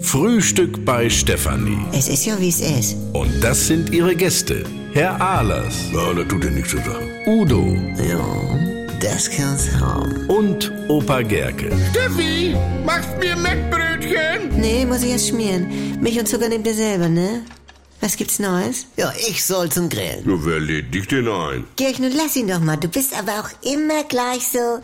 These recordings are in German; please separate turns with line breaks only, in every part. Frühstück bei Stefanie.
Es ist ja, wie es ist.
Und das sind ihre Gäste. Herr Ahlers,
Ja, das tut dir nichts zu sagen.
Udo
Ja, das kann's haben.
und Opa Gerke.
Steffi, machst mir Mettbrötchen?
Nee, muss ich jetzt schmieren. Milch und Zucker nehmt ihr selber, ne? Was gibt's Neues? Ja, ich soll zum Grillen.
Ja, wer lädt dich denn ein?
Georg, nun lass ihn doch mal. Du bist aber auch immer gleich so...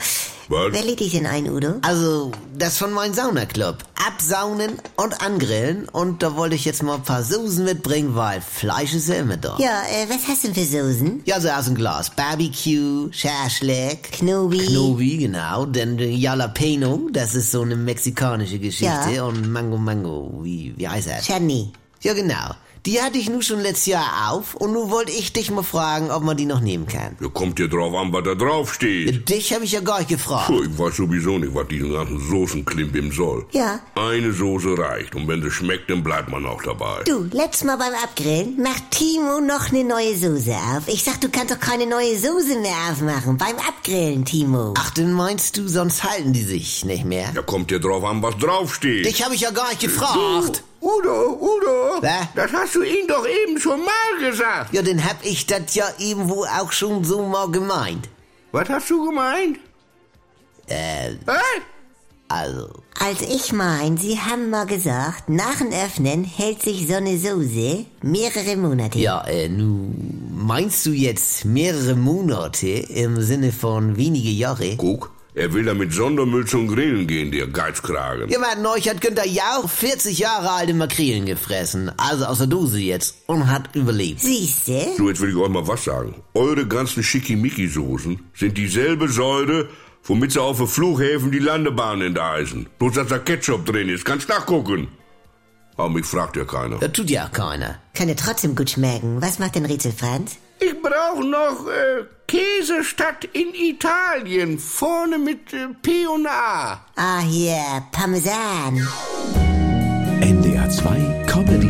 Was?
Wer lädt dich denn ein, Udo?
Also, das von meinem Saunaclub. Absaunen und angrillen. Und da wollte ich jetzt mal ein paar Soßen mitbringen, weil Fleisch ist ja immer da. Ja,
Ja, äh, was hast du denn für Soßen?
so aus dem Glas. Barbecue, Schaschlik,
Knobi.
Knobi, genau. Dann die Jalapeno, das ist so eine mexikanische Geschichte.
Ja.
Und Mango Mango, wie, wie heißt das?
Chutney.
Ja, genau. Die hatte ich nun schon letztes Jahr auf und nun wollte ich dich mal fragen, ob man die noch nehmen kann.
Ja, kommt dir drauf an, was da draufsteht.
Dich habe ich ja gar nicht gefragt.
Puh, ich weiß sowieso nicht, was diesen ganzen Soßenklimbim soll.
Ja.
Eine Soße reicht und wenn sie schmeckt, dann bleibt man auch dabei.
Du, letztes Mal beim Abgrillen macht Timo noch eine neue Soße auf. Ich sag, du kannst doch keine neue Soße mehr aufmachen. Beim Abgrillen, Timo.
Ach, dann meinst du, sonst halten die sich nicht mehr?
Ja, kommt dir drauf an, was draufsteht.
Dich habe ich ja gar nicht gefragt.
Udo, Udo,
Hä?
das hast du ihm doch eben schon mal gesagt.
Ja, dann hab ich das ja irgendwo auch schon so mal gemeint.
Was hast du gemeint?
Äh,
Was?
also,
Als ich mein, Sie haben mal gesagt, nach dem Öffnen hält sich so eine Soße mehrere Monate.
ja, äh, nu, meinst du jetzt mehrere Monate im Sinne von wenige Jahre?
Guck, er will da mit Sondermüll zum Grillen gehen, der Geizkragen.
Ja, man, neulich hat Günther Jauch 40 Jahre alte Makrelen gefressen, also aus der Dose jetzt, und hat überlebt.
Siehste?
So, jetzt will ich euch mal was sagen. Eure ganzen Schickimicki-Soßen sind dieselbe Säure, womit sie auf den Flughäfen die Landebahnen enteisen. Bloß, dass da Ketchup drin ist. Kannst nachgucken. Aber mich fragt ja keiner.
Das tut ja auch keiner.
Kann ja trotzdem gut schmecken. Was macht denn Rätsel Franz?
Ich brauche noch äh, Käse statt in Italien. Vorne mit äh, P und A.
Ah, hier, Parmesan.
NDR 2 Comedy.